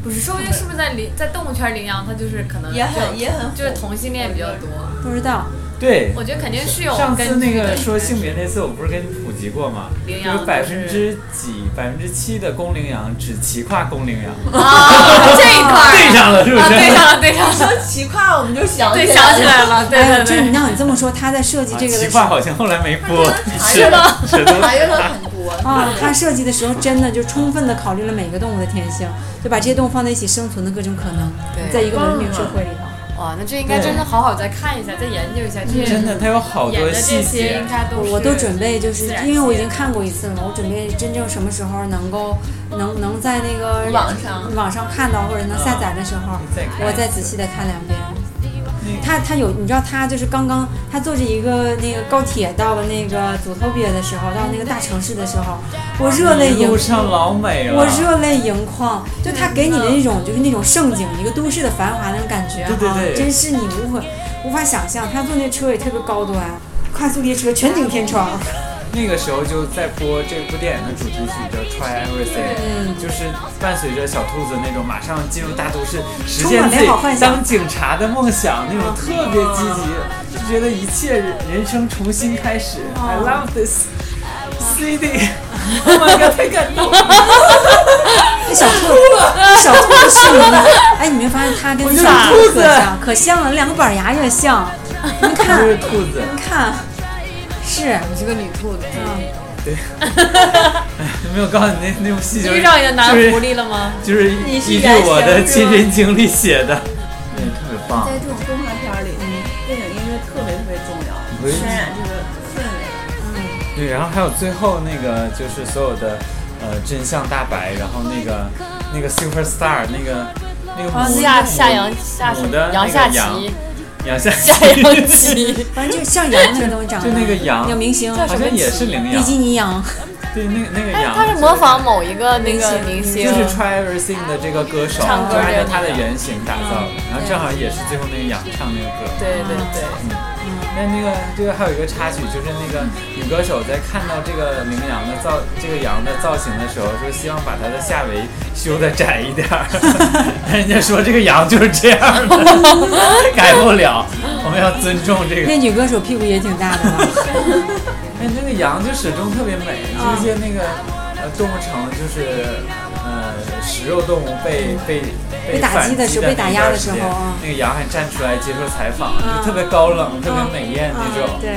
[SPEAKER 4] 不是，说不定是不是在领在动物圈领养，它就是可能
[SPEAKER 3] 也
[SPEAKER 4] 就
[SPEAKER 3] 很也很
[SPEAKER 4] 就是同性恋比较多。
[SPEAKER 5] 不知道，
[SPEAKER 2] 对，
[SPEAKER 4] 我觉得肯定是有
[SPEAKER 2] 上次
[SPEAKER 4] 根
[SPEAKER 2] 那
[SPEAKER 4] 据的。
[SPEAKER 2] 个说性别那次，我不是跟你普及过吗？
[SPEAKER 4] 羚
[SPEAKER 2] 有
[SPEAKER 4] 羊
[SPEAKER 2] 百
[SPEAKER 4] 就
[SPEAKER 2] 分
[SPEAKER 4] 是
[SPEAKER 2] 之几、百分之七的公羚羊只骑跨公羚羊，
[SPEAKER 4] 啊，这一块儿
[SPEAKER 2] 对上了是不
[SPEAKER 4] 啊， 对
[SPEAKER 2] 是？
[SPEAKER 4] 上了，对上了，
[SPEAKER 3] 说奇跨我们就想
[SPEAKER 4] 对
[SPEAKER 3] 起
[SPEAKER 4] 想
[SPEAKER 3] 来
[SPEAKER 4] 起
[SPEAKER 3] 了。
[SPEAKER 4] 来了，对
[SPEAKER 5] 哎呦，
[SPEAKER 4] 对啊
[SPEAKER 5] 就你
[SPEAKER 4] 对。
[SPEAKER 5] 让你这么说，他在设计这个
[SPEAKER 2] 啊骑
[SPEAKER 5] 的时
[SPEAKER 2] 跨
[SPEAKER 5] 候
[SPEAKER 2] 好像后来没 播，
[SPEAKER 3] 是
[SPEAKER 2] 是
[SPEAKER 3] 了
[SPEAKER 2] 是都
[SPEAKER 3] 查阅了很多，
[SPEAKER 5] 啊，他设计的时候真的就充分的考虑了每个动物的天性，就把这些动物放在一起生存的各种可能，
[SPEAKER 4] 对
[SPEAKER 5] 在一个文明社会里头。
[SPEAKER 4] 哇，那这应该真是好好再看一下，再研究一下这些
[SPEAKER 2] 嗯真的，它有好
[SPEAKER 4] 演
[SPEAKER 2] 多
[SPEAKER 4] 的这
[SPEAKER 2] 细
[SPEAKER 4] 些
[SPEAKER 2] 节
[SPEAKER 4] 应。该都是
[SPEAKER 5] 我都准备就
[SPEAKER 4] 自
[SPEAKER 5] 是
[SPEAKER 4] 然
[SPEAKER 5] 因为我已
[SPEAKER 4] 界
[SPEAKER 5] 经看过一次了嘛，我准备真正什么时候能够能能在那个
[SPEAKER 3] 网上
[SPEAKER 5] 网上看到或者能下载的时候，
[SPEAKER 2] 再看一
[SPEAKER 4] 嗯
[SPEAKER 5] 我再
[SPEAKER 2] 次
[SPEAKER 5] 仔细的看两遍。他他有，你知道他就是刚刚他坐着一个那个高铁到了那个佐托比的时候，到那个大城市的时候，我热泪
[SPEAKER 2] 一
[SPEAKER 5] 盈
[SPEAKER 2] 路上老美了，
[SPEAKER 5] 我热泪盈眶，就他给你的那种就是那种盛景，一个都市的繁华那种感觉，
[SPEAKER 2] 对对
[SPEAKER 5] 啊
[SPEAKER 2] 对
[SPEAKER 5] 真是你无法无法想象。他坐那车也特别高端，快速列车全景天窗，
[SPEAKER 2] 那个时候就在播这部电影的主题曲叫《Try Everything》，就是伴随着小兔子那种马上进入大都市，实现自
[SPEAKER 5] 充满美
[SPEAKER 2] 己
[SPEAKER 5] 好幻想
[SPEAKER 2] 当警察的梦想，那种特别积极，就觉得一切人人生重新开始。I love
[SPEAKER 4] 哦
[SPEAKER 2] this city. Oh my god！太感动了，
[SPEAKER 5] 小兔小兔子是 一个，哎，你没发现它跟小兔可像可像了，两个板牙有点像。你
[SPEAKER 2] 它
[SPEAKER 5] 看，
[SPEAKER 2] 是
[SPEAKER 5] 你
[SPEAKER 2] 兔子，
[SPEAKER 5] 看，是，
[SPEAKER 4] 你是个女兔子，
[SPEAKER 5] 嗯，
[SPEAKER 2] 有没有告诉你那那部戏
[SPEAKER 4] 你
[SPEAKER 2] 就
[SPEAKER 4] 遇
[SPEAKER 2] 是
[SPEAKER 4] 到你的男
[SPEAKER 2] 就是
[SPEAKER 4] 狐狸了吗？
[SPEAKER 2] 就是依
[SPEAKER 3] 你是
[SPEAKER 2] 据
[SPEAKER 3] 原
[SPEAKER 2] 我的亲
[SPEAKER 3] 型是吗
[SPEAKER 2] 身经历写的，对，特别棒。
[SPEAKER 3] 在这种动画片儿里，电影音乐特别特别重要，
[SPEAKER 2] 喂
[SPEAKER 3] 渲染这个氛围。
[SPEAKER 2] 对，然后还有最后那个就是所有的呃真相大白，然后那个那个 Super Star 那个那个母
[SPEAKER 4] 下下扬下
[SPEAKER 2] 母的
[SPEAKER 4] 杨
[SPEAKER 2] 那
[SPEAKER 4] 下
[SPEAKER 2] 个羊
[SPEAKER 4] 棋，
[SPEAKER 2] 杨 下
[SPEAKER 4] 下扬棋，
[SPEAKER 5] 反正就像羊那个东西长 得，
[SPEAKER 2] 就那个羊
[SPEAKER 5] 有明 星，
[SPEAKER 2] 好像也是羚
[SPEAKER 5] 比
[SPEAKER 2] 羊，
[SPEAKER 5] 基尼羊，
[SPEAKER 2] 对，那个那个
[SPEAKER 4] 但是
[SPEAKER 2] 羊，
[SPEAKER 4] 哎他是模仿某一个呃那个明
[SPEAKER 5] 明
[SPEAKER 4] 星，
[SPEAKER 2] 就是 Try Everything 的这个歌手，就
[SPEAKER 4] 唱歌
[SPEAKER 2] 按
[SPEAKER 4] 这
[SPEAKER 2] 照
[SPEAKER 4] 个
[SPEAKER 2] 他的原型打造的，然后正好也是最后那个羊唱那个歌，嗯
[SPEAKER 4] 对对对，
[SPEAKER 2] 那那个这个还有一个插曲，就是那个女歌手在看到这个羚羊的造这个羊的造型的时候，说希望把它的下围修的窄一点儿。 人家说这个羊就是这样的， 改不了，我们要尊重这个。
[SPEAKER 5] 那女歌手屁股也挺大的吧？
[SPEAKER 2] 哎，那个羊就始终特别美，
[SPEAKER 5] 嗯
[SPEAKER 2] 就些那个呃动物城就是呃食肉动物被被
[SPEAKER 5] 嗯被打
[SPEAKER 2] 反
[SPEAKER 5] 击的时候
[SPEAKER 2] 的
[SPEAKER 5] 被打
[SPEAKER 2] 那
[SPEAKER 5] 压
[SPEAKER 2] 段
[SPEAKER 5] 的时候
[SPEAKER 2] 间
[SPEAKER 5] 啊
[SPEAKER 2] 那个羊还站出来接受采访，
[SPEAKER 5] 啊
[SPEAKER 2] 就特别高冷、特别美艳
[SPEAKER 5] 啊
[SPEAKER 2] 那种。
[SPEAKER 5] 对，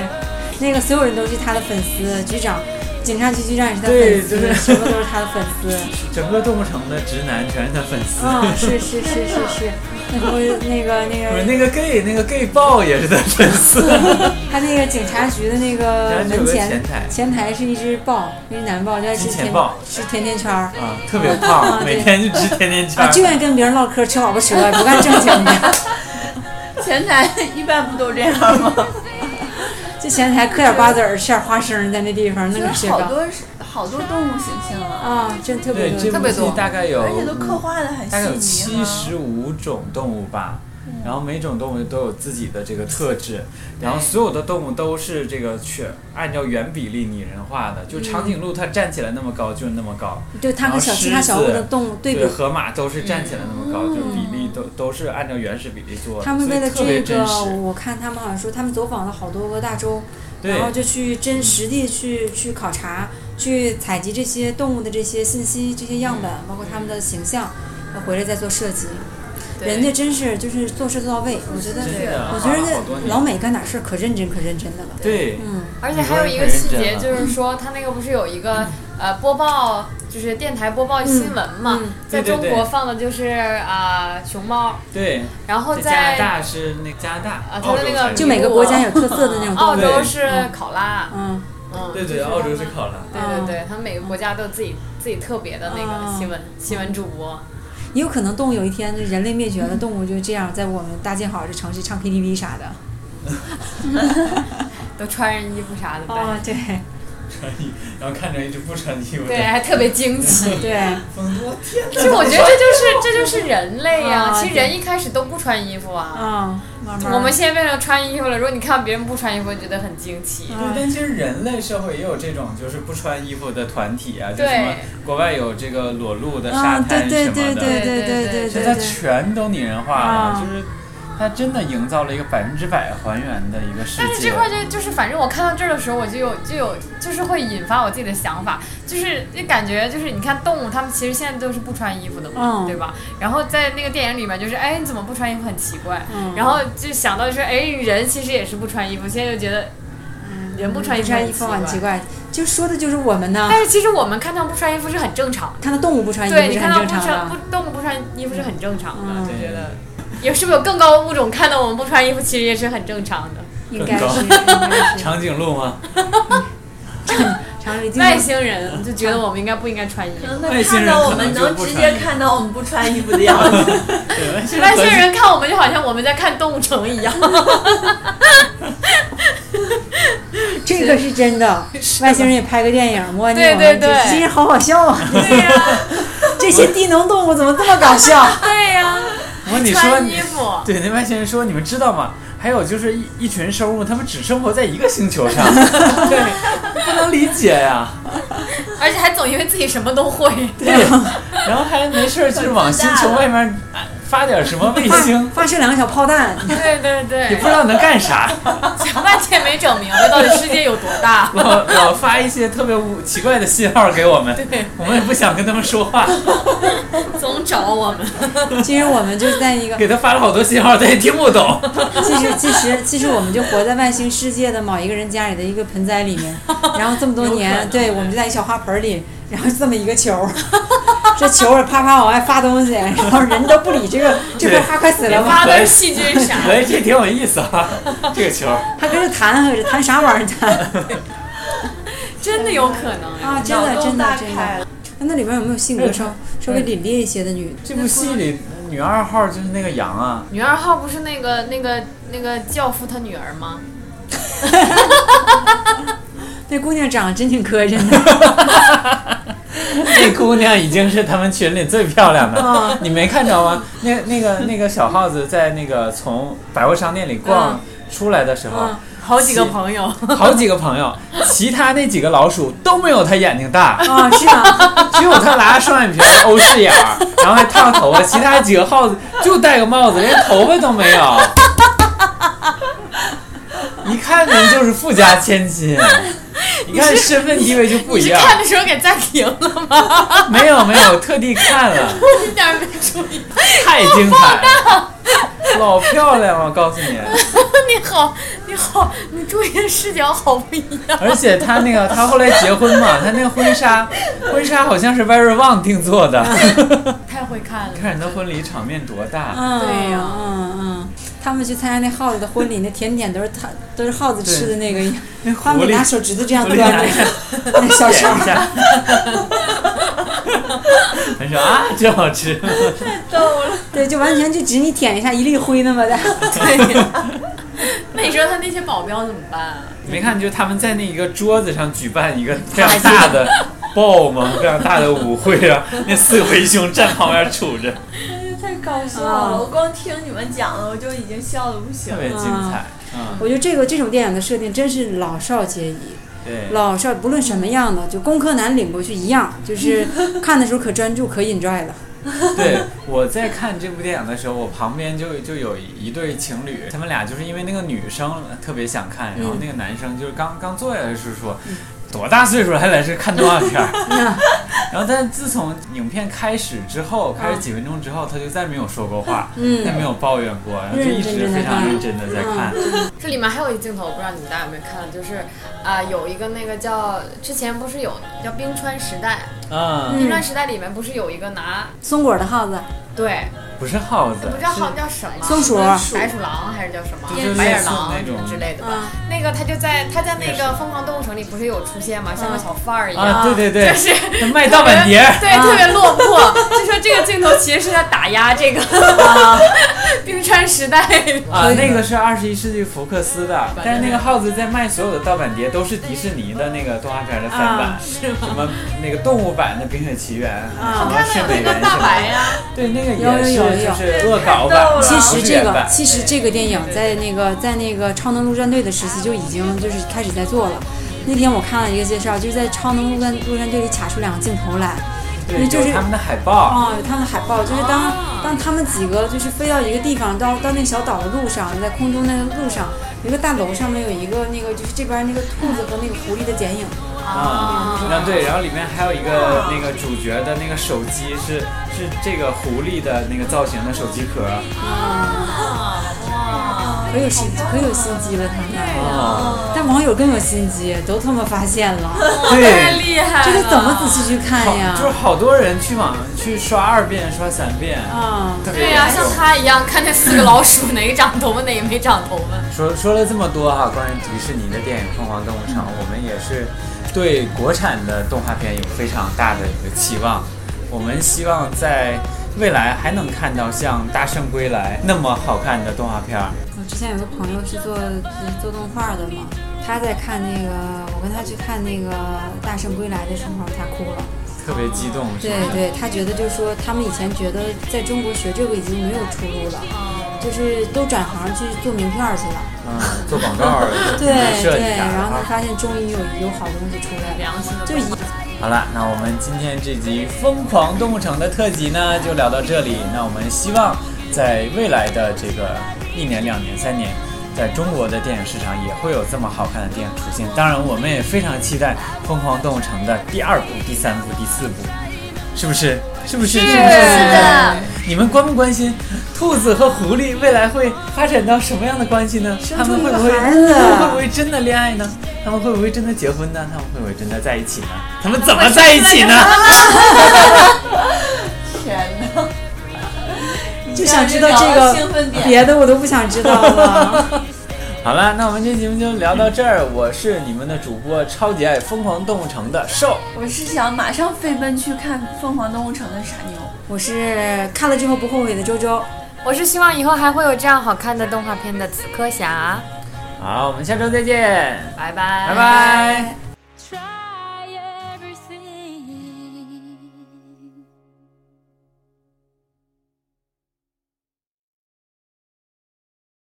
[SPEAKER 5] 那个所有人都是他的粉丝，局长。警察局局长也是他的
[SPEAKER 2] 对
[SPEAKER 5] 粉丝，
[SPEAKER 2] 就是
[SPEAKER 5] 什么都是他的粉丝。
[SPEAKER 2] 整个动物城的直男全是他粉丝。
[SPEAKER 5] 嗯，是是是是是。然后那个那
[SPEAKER 2] 不是
[SPEAKER 5] 个
[SPEAKER 2] 那个 gay，那个 gay 豹也是他粉丝。
[SPEAKER 5] 嗯他那个警察局的那个
[SPEAKER 2] 警察局有
[SPEAKER 5] 门
[SPEAKER 2] 个
[SPEAKER 5] 前
[SPEAKER 2] 前台
[SPEAKER 5] 前台是一只豹，一只男豹，叫吃
[SPEAKER 2] 金钱
[SPEAKER 5] 甜
[SPEAKER 2] 豹
[SPEAKER 5] 吃甜甜圈儿
[SPEAKER 2] 啊，特别胖，
[SPEAKER 5] 啊
[SPEAKER 2] 每
[SPEAKER 5] 对
[SPEAKER 2] 天就吃甜甜圈
[SPEAKER 5] 啊，
[SPEAKER 2] 儿。
[SPEAKER 5] 就愿意跟别人唠嗑，吃饱不吃坏，不干正经的。
[SPEAKER 3] 前台一般不都这样吗？
[SPEAKER 5] 这前台嗑点瓜子儿，吃点花生，在那地方弄点雪
[SPEAKER 3] 好
[SPEAKER 5] 糕
[SPEAKER 3] 多是好多动物形象啊，
[SPEAKER 5] 啊，真特别
[SPEAKER 2] 对，这
[SPEAKER 5] 多。
[SPEAKER 2] 部
[SPEAKER 4] 别
[SPEAKER 2] 戏
[SPEAKER 4] 多
[SPEAKER 2] 大概有
[SPEAKER 3] 而且都刻
[SPEAKER 2] 五
[SPEAKER 3] 画的很
[SPEAKER 2] 大概有
[SPEAKER 3] 细
[SPEAKER 2] 七
[SPEAKER 3] 腻啊哈。
[SPEAKER 2] 十五种动物吧，
[SPEAKER 5] 嗯
[SPEAKER 2] 然后每种动物都有自己的这个特质，然后所有的动物都是这个去按照原比例拟人化的，就长
[SPEAKER 5] 嗯
[SPEAKER 2] 颈鹿它站起来那么高就是那么高，
[SPEAKER 5] 就它和小其他小物的动物对比
[SPEAKER 2] 对，河马都是站起来那么高，就比例都都是按照原始比例做的，
[SPEAKER 5] 他们
[SPEAKER 2] 所以
[SPEAKER 5] 为了
[SPEAKER 2] 特别
[SPEAKER 5] 这
[SPEAKER 2] 真
[SPEAKER 5] 个
[SPEAKER 2] 实，
[SPEAKER 5] 我看他们好像说他们走访了好多个大洲，
[SPEAKER 2] 对嗯
[SPEAKER 5] 然后就去真实地去去考察，去采集这些动物的这些信息、这些样本，
[SPEAKER 2] 嗯
[SPEAKER 5] 包括它们的形象，然后回来再做设计。
[SPEAKER 4] 对
[SPEAKER 5] 人家真是就是做事做到位，我觉得，
[SPEAKER 2] 真的
[SPEAKER 5] 我觉得
[SPEAKER 2] 嗯
[SPEAKER 5] 人
[SPEAKER 2] 花了好多
[SPEAKER 5] 家
[SPEAKER 2] 年
[SPEAKER 5] 老美干哪事儿可认真可认真的了。
[SPEAKER 2] 对，
[SPEAKER 5] 嗯，
[SPEAKER 4] 而且还有一个细节，就是说他那个不是有一
[SPEAKER 2] 嗯
[SPEAKER 4] 个呃播报，就是电台播报新闻嘛，
[SPEAKER 5] 嗯嗯
[SPEAKER 4] 在中
[SPEAKER 2] 对对
[SPEAKER 4] 国
[SPEAKER 2] 对
[SPEAKER 4] 放的就是啊、熊猫，
[SPEAKER 2] 对，
[SPEAKER 4] 然后
[SPEAKER 2] 加拿
[SPEAKER 4] 在
[SPEAKER 2] 大是那加拿大，
[SPEAKER 4] 啊
[SPEAKER 2] 澳洲
[SPEAKER 4] 它的那个
[SPEAKER 2] 才
[SPEAKER 5] 就每个国家有特色的那种
[SPEAKER 2] 哦
[SPEAKER 5] 嗯
[SPEAKER 4] 澳
[SPEAKER 5] 动物。
[SPEAKER 4] 洲是考拉，
[SPEAKER 5] 嗯，
[SPEAKER 4] 嗯，
[SPEAKER 2] 对
[SPEAKER 4] 就
[SPEAKER 2] 对，
[SPEAKER 4] 是
[SPEAKER 2] 澳洲是考拉，
[SPEAKER 4] 对对对，他们每个国家都有自己自己特别的那
[SPEAKER 5] 嗯
[SPEAKER 4] 个新闻新闻主播，
[SPEAKER 5] 也有可能动物有一天就人类灭绝了，动物就这样在我们大建好这城市唱 KTV 啥的。
[SPEAKER 4] 都穿上衣服啥的呗，
[SPEAKER 5] 哦，对
[SPEAKER 2] 穿衣，然后看着一只不穿衣服
[SPEAKER 4] 对，
[SPEAKER 2] 的，
[SPEAKER 4] 还特别惊奇。
[SPEAKER 5] 对。嗯
[SPEAKER 4] 其实我觉得这就是这就是人类呀、
[SPEAKER 5] 啊
[SPEAKER 4] 其实人一开始都不穿衣服啊。
[SPEAKER 5] 嗯，慢慢
[SPEAKER 4] 我们现在变成穿衣服了，如果你看到别人不穿衣服，觉得很惊奇。
[SPEAKER 2] 对，但其实人类社会也有这种就是不穿衣服的团体啊，就
[SPEAKER 4] 对
[SPEAKER 2] 什么国外有这个裸露的沙
[SPEAKER 5] 啊，对
[SPEAKER 2] 滩什
[SPEAKER 5] 对
[SPEAKER 2] 么
[SPEAKER 5] 对
[SPEAKER 2] 的，
[SPEAKER 5] 对
[SPEAKER 4] 对
[SPEAKER 5] 对
[SPEAKER 4] 对
[SPEAKER 5] 对
[SPEAKER 2] 就
[SPEAKER 5] 对
[SPEAKER 2] 它
[SPEAKER 5] 对，
[SPEAKER 2] 全都拟人化了，
[SPEAKER 5] 啊
[SPEAKER 2] 就是它真的营造了一个百分之百还原的一个世
[SPEAKER 4] 但是
[SPEAKER 2] 界
[SPEAKER 4] 这。块就就是，反正我看到这儿的时候，我就有就有就是会引发我自己的想法，就是就感觉就是你看动物，它们其实现在都是不穿衣服的嘛，
[SPEAKER 5] 嗯
[SPEAKER 4] 对吧？然后在那个电影里面，就是哎你怎么不穿衣服很奇怪，
[SPEAKER 5] 嗯
[SPEAKER 4] 然后就想到就是哎人其实也是不穿衣服，现在就觉得嗯人不穿衣服
[SPEAKER 5] 穿衣服很奇怪，就说的就是我们呢
[SPEAKER 4] 但。是其实我们看到不穿衣服是很正常的，
[SPEAKER 5] 看到动物不穿衣服
[SPEAKER 4] 哎对
[SPEAKER 5] 嗯是
[SPEAKER 4] 你看
[SPEAKER 5] 很
[SPEAKER 4] 到
[SPEAKER 5] 正
[SPEAKER 4] 不
[SPEAKER 5] 常
[SPEAKER 4] 穿不
[SPEAKER 5] 的，
[SPEAKER 4] 动物不穿衣服是很正常的，
[SPEAKER 5] 嗯
[SPEAKER 4] 就
[SPEAKER 2] 对
[SPEAKER 4] 觉得也是不是有更高物种看到我们不穿衣服，其实也是很正常的。
[SPEAKER 5] 应该是
[SPEAKER 2] 更
[SPEAKER 5] 应该 是
[SPEAKER 2] 长颈鹿吗？
[SPEAKER 5] 长颈
[SPEAKER 4] 外
[SPEAKER 5] 鹿。
[SPEAKER 4] 星人就
[SPEAKER 5] 嗯
[SPEAKER 4] 觉得我们应该不应该穿衣服
[SPEAKER 3] 可。能他
[SPEAKER 2] 外星
[SPEAKER 3] 看
[SPEAKER 2] 人
[SPEAKER 3] 到
[SPEAKER 2] 可
[SPEAKER 3] 我
[SPEAKER 2] 能
[SPEAKER 3] 们
[SPEAKER 2] 就
[SPEAKER 3] 能
[SPEAKER 2] 不
[SPEAKER 3] 直
[SPEAKER 2] 穿
[SPEAKER 3] 接
[SPEAKER 2] 衣服
[SPEAKER 3] 看到我们不穿衣服的样子，
[SPEAKER 2] 对，外
[SPEAKER 4] 外星
[SPEAKER 2] 和
[SPEAKER 4] 人看我们就好像我们在看动物城一样，
[SPEAKER 5] 这个是真的。外星人也拍个电影，模拟
[SPEAKER 4] 对
[SPEAKER 5] 我
[SPEAKER 4] 对
[SPEAKER 5] 们，
[SPEAKER 4] 对
[SPEAKER 5] 这真是好好笑啊！
[SPEAKER 4] 对呀、
[SPEAKER 5] 这些低能动物怎么这么搞笑？，
[SPEAKER 4] 对呀、
[SPEAKER 2] 我跟你说
[SPEAKER 4] 穿
[SPEAKER 2] 你
[SPEAKER 4] 衣服，
[SPEAKER 2] 对，那外星人说：“你们知道吗？还有就是一一群生物，他们只生活在一个星球 上，对，不能理解呀。
[SPEAKER 4] 而且还总以为自己什么都会。
[SPEAKER 2] 对，然后还没事儿就是往星球外面啊发点什么卫星
[SPEAKER 5] 发射两个小炮 弹，
[SPEAKER 4] 对对
[SPEAKER 2] 也
[SPEAKER 4] 对
[SPEAKER 2] 不，知道能干啥，
[SPEAKER 4] 想半天没整明白到底世界有多大。
[SPEAKER 2] 老老发一些特别无奇怪的信号给我们，
[SPEAKER 4] 对，
[SPEAKER 2] 我们也不想跟他们说话，
[SPEAKER 4] 总找我们。
[SPEAKER 5] 其实我们就在一个
[SPEAKER 2] 给他发了好多信号，他也听不懂。
[SPEAKER 5] 其实，其实，其实我们就活在外星世界的某一个人家里的一个盆栽 里面，然后这么多年，对我们就在一小花盆里，然后这么一个球 儿，这球儿啪啪往外发东西，然后人都不理这个，这
[SPEAKER 2] 对
[SPEAKER 5] 不哈快死了吗？
[SPEAKER 4] 妈的，细菌啥？
[SPEAKER 2] 哎，这挺有意思啊，这个球儿。
[SPEAKER 5] 还搁这弹，还搁这弹啥玩意儿弹？
[SPEAKER 4] 真的有可能
[SPEAKER 5] 啊真的
[SPEAKER 4] 脑洞
[SPEAKER 5] 真的
[SPEAKER 4] 大
[SPEAKER 5] 真的
[SPEAKER 4] 开了嗯
[SPEAKER 5] 那那里边有没有性格稍稍微凛冽一些的女？
[SPEAKER 2] 这部戏里女二号就是那个杨啊，
[SPEAKER 4] 女二号不是那个那个那个教父他女儿吗？
[SPEAKER 5] 那姑娘长得真挺磕 碜的，
[SPEAKER 2] 那姑娘已经是他们群里最漂亮的，你没看着吗？那那个那个小耗子在那个从百货商店里逛出来的时候，
[SPEAKER 4] 好几个朋友，
[SPEAKER 2] 好几个朋友，其他那几个老鼠都没有她眼睛 大，
[SPEAKER 5] 啊，是吗？
[SPEAKER 2] 只有她拉双眼皮儿、欧式眼儿，然后还烫头发，其他几个耗子就戴个帽子，连头发都没有。一看人就是富家千 金，一看身份地位就不
[SPEAKER 4] 你
[SPEAKER 2] 一
[SPEAKER 4] 是
[SPEAKER 2] 样。
[SPEAKER 4] 看的时候给暂停了吗？
[SPEAKER 2] 没有没有，特地看了，
[SPEAKER 4] 一点儿没注意。啊
[SPEAKER 2] 太精彩了，老漂亮了，我告诉你。
[SPEAKER 4] 你好，你好，你注意的视角好不一样。
[SPEAKER 2] 而且她那个，她后来结婚嘛，她那个婚纱，婚纱好像是 Very Wang 定做的。
[SPEAKER 4] 太会 看了，
[SPEAKER 2] 看人的婚礼场面多大，
[SPEAKER 5] 嗯，
[SPEAKER 4] 对呀
[SPEAKER 5] 嗯嗯。他们去参加那耗子的婚礼，那甜点都是他都是耗子吃的那个，
[SPEAKER 2] 那
[SPEAKER 5] 他
[SPEAKER 2] 狐
[SPEAKER 5] 们得
[SPEAKER 2] 狸
[SPEAKER 5] 拿手指头这样
[SPEAKER 2] 狐
[SPEAKER 5] 端
[SPEAKER 2] 狸拿一
[SPEAKER 5] 着
[SPEAKER 2] 下
[SPEAKER 5] 那小勺
[SPEAKER 2] 舔 一。下， 他说啊，真好吃。
[SPEAKER 5] 对，就完全就只你舔一下一粒灰那 么的。
[SPEAKER 4] 对呀。那你说他那些保镖怎么办啊？
[SPEAKER 2] 没看，就他们在那一个桌子上举办一个非常大的 ball 嘛，非常大的舞会啊，那四个围兄站旁边杵着，
[SPEAKER 3] 太搞笑
[SPEAKER 5] 了
[SPEAKER 3] 了！我光听你们讲了，我就已经笑的不行
[SPEAKER 2] 特
[SPEAKER 3] 了。
[SPEAKER 2] 别精彩。嗯，
[SPEAKER 5] 我觉得这个这种电影的设定真是老少皆宜，
[SPEAKER 2] 对。
[SPEAKER 5] 老少不论什么样的，就工科男领过去一样，就是 看的时候可专注可 enjoy 了。
[SPEAKER 2] 对，我在看这部电影的时候，我旁边就就有一对情侣，他们俩就是因为那个女生特别想看，然后那个男生就是刚刚坐下来的时候说。多大岁数还来这看动画片儿？然后，但是自从影片开始之后，开始几分钟之后，他就再没有说过话，
[SPEAKER 5] 嗯
[SPEAKER 2] 再没有抱怨过，然后就一直非常认真的在看。
[SPEAKER 4] 这里面还有一镜头，我不知道你们大家有没有看，就是啊、有一个那个叫之前不是有叫冰川时代，
[SPEAKER 5] 嗯
[SPEAKER 2] 啊，
[SPEAKER 4] 冰川时代里面不是有一个拿
[SPEAKER 5] 松果的耗子，
[SPEAKER 4] 对，
[SPEAKER 2] 不是耗
[SPEAKER 4] 不
[SPEAKER 2] 子，
[SPEAKER 4] 知道好像叫什么
[SPEAKER 5] 松鼠
[SPEAKER 4] 白鼠狼还是叫什么
[SPEAKER 2] 就是
[SPEAKER 4] 白
[SPEAKER 2] 类
[SPEAKER 4] 眼
[SPEAKER 2] 似
[SPEAKER 4] 狼
[SPEAKER 2] 那种
[SPEAKER 4] 之类的吧。
[SPEAKER 5] 嗯
[SPEAKER 4] 那个他就在他在那个疯狂动物城里不是有出现吗？像个小贩儿一
[SPEAKER 2] 是
[SPEAKER 4] 样。
[SPEAKER 2] 啊，对对对，
[SPEAKER 4] 就是
[SPEAKER 2] 他卖盗版碟 儿，
[SPEAKER 4] 对，特别落魄。就说这个镜头其实是在打压这个啊 冰川时代。
[SPEAKER 2] 啊，那个是二十一世纪福克斯的，但是那个耗子在卖所有的盗版碟都是迪士尼的那个动画片的翻版，
[SPEAKER 5] 啊
[SPEAKER 2] 什么那个动物版的《冰雪奇缘》，什么
[SPEAKER 4] 看
[SPEAKER 2] 是
[SPEAKER 4] 到有
[SPEAKER 2] 美
[SPEAKER 4] 那
[SPEAKER 2] 人
[SPEAKER 4] 个
[SPEAKER 2] 什
[SPEAKER 4] 大白
[SPEAKER 2] 么，
[SPEAKER 4] 呀、
[SPEAKER 2] 对，那个
[SPEAKER 5] 有有
[SPEAKER 2] 也是
[SPEAKER 5] 有有
[SPEAKER 2] 就是恶搞版，
[SPEAKER 5] 其
[SPEAKER 2] 不
[SPEAKER 5] 实
[SPEAKER 2] 是
[SPEAKER 5] 这
[SPEAKER 2] 原
[SPEAKER 5] 个
[SPEAKER 2] 版
[SPEAKER 5] 其实这个电影在那个在那个超能陆战队的时期就已经就是开始在做了。那天我看了一个介绍，就是在超能陆战陆战队里卡出两个镜头来，
[SPEAKER 2] 对，
[SPEAKER 5] 就是
[SPEAKER 2] 有他们的海报，
[SPEAKER 5] 哦，有他们海报，就是当当他们几个就是飞到一个地方，到到那小岛的路上，在空中那个路上，有一个大楼上面有一个那个就是这边那个兔子和那个狐狸的剪影，
[SPEAKER 2] 啊，然后对，然后里面还有一个那个主角的那个手机是是这个狐狸的那个造型的手机壳，
[SPEAKER 5] 可有心可有心机了他们。
[SPEAKER 2] 啊，
[SPEAKER 5] 但网友更有心机，都他妈发现 了，
[SPEAKER 4] 太
[SPEAKER 2] 对。
[SPEAKER 4] 厉害了！
[SPEAKER 5] 这个怎么仔细去看
[SPEAKER 2] 好，
[SPEAKER 5] 呀？
[SPEAKER 2] 就是好多人去网去刷二遍、刷三遍，
[SPEAKER 5] 啊，
[SPEAKER 2] 特别
[SPEAKER 4] 对呀、
[SPEAKER 2] 严重
[SPEAKER 4] 像他一样，看那四个老鼠，哪个长头发，哪个没长头发。
[SPEAKER 2] 说说了这么多哈、关于迪士尼的电影《疯狂动物城》，我们也是对国产的动画片有非常大的一个期望。我们希望在未来还能看到像《大圣归来》那么好看的动画片儿。
[SPEAKER 5] 我之前有个朋友是做做动画的嘛，他在看那个，我跟他去看那个《大圣归来》的时候，他哭了。
[SPEAKER 2] 特别激动，是不
[SPEAKER 5] 对
[SPEAKER 2] 是？
[SPEAKER 5] 对，他觉得就是说，他们以前觉得在中国学这个已经没有出路了，就是都转行去做名片儿去了。
[SPEAKER 2] 嗯，做广告 儿、做
[SPEAKER 5] 对
[SPEAKER 2] 设计
[SPEAKER 5] 对，
[SPEAKER 2] 啥的
[SPEAKER 5] 然后
[SPEAKER 2] 啊。
[SPEAKER 5] 他发现终于有有好东西出来了，
[SPEAKER 4] 良心的
[SPEAKER 5] 就一
[SPEAKER 2] 好了，那我们今天这集《疯狂动物城》的特辑呢，就聊到这里。那我们希望在未来的这个一年、两年、三年，在中国的电影市场也会有这么好看的电影出现。当然，我们也非常期待《疯狂动物城》的第二部、第三部、第四部，是不是？是不是？是不
[SPEAKER 1] 是的。
[SPEAKER 2] 你们关不关心兔子和狐狸未来会发展到什么样的关系呢？他们会不会
[SPEAKER 5] 孩子
[SPEAKER 2] 他们会不会真的恋爱呢？他们会不会真的结婚呢？他们会不会真的在一起呢？他们怎么在一起呢？
[SPEAKER 3] 天哪！
[SPEAKER 5] 就想知道这
[SPEAKER 3] 兴奋
[SPEAKER 5] 个
[SPEAKER 3] 点
[SPEAKER 5] 别的我都不想知道了。
[SPEAKER 2] 好了，那我们这期节目就聊到这儿。我是你们的主播超级爱疯狂动物城的瘦，
[SPEAKER 3] 我是想马上飞奔去看《疯狂动物城》的傻妞。
[SPEAKER 5] 我是看了之后不后悔的周周，
[SPEAKER 4] 我是希望以后还会有这样好看的动画片的《刺客侠
[SPEAKER 2] 好，我们下周再见，》，
[SPEAKER 4] 拜拜，
[SPEAKER 2] 拜拜